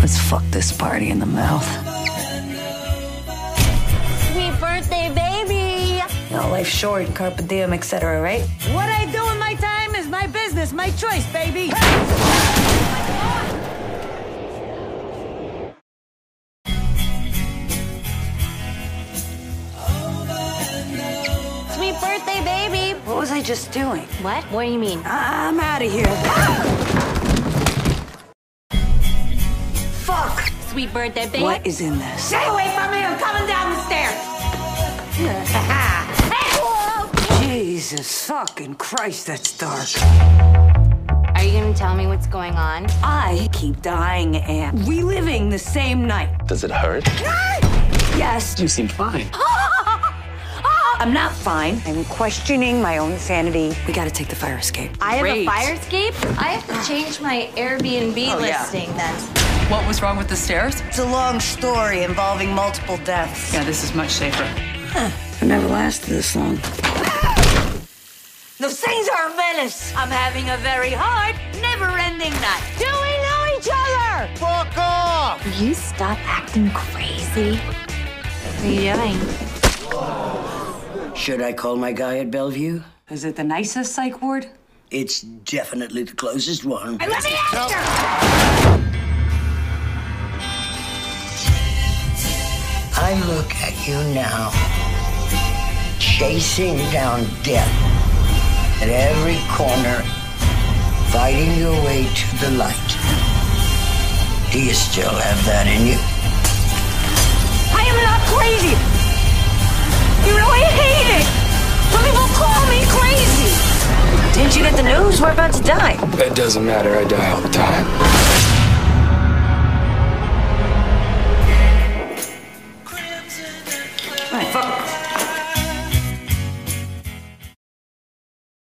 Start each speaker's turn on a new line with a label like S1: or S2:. S1: Let's fuck this party in the mouth.
S2: Sweet birthday, baby!
S1: You know, life's short, carpe diem, etc., right?
S3: What I do in my time is my business, my choice, baby!
S2: Sweet birthday, baby!
S1: What was I just doing?
S2: What? What do you mean?
S1: I- I'm out of here. Fuck!
S2: Sweet birthday, baby!
S1: What is in this?
S3: Stay away from me, I'm coming down the stairs!
S1: Jesus fucking Christ, that's dark.
S2: Are you gonna tell me what's going on?
S1: I keep dying and reliving the same night.
S4: Does it hurt?
S1: Yes. You seem fine. I'm not fine. I'm questioning my own sanity. We gotta take the fire escape.
S2: I have
S5: Great.
S2: a fire escape? I have to change my
S3: Oh,
S2: Airbnb listing then.
S5: What was wrong with the stairs?
S1: It's a long story involving multiple deaths.
S5: Yeah, this is much safer.
S1: I never lasted this long.
S3: Those things are a menace! I'm having a very hard, never ending night! Do we know each other?
S6: Fuck off!
S2: Will you stop acting crazy? What are you doing?
S7: Should I call my guy at Bellevue?
S1: Is it the nicest psych ward?
S7: It's definitely the closest one.
S3: Let me out!
S7: I look at you now, chasing down death at every corner, fighting your way to the light. Do you still have that in you?
S3: I am not crazy! You know I hate it! Some people call me crazy!
S1: Didn't you get the news? We're about to die.
S4: It doesn't matter. I die all the time.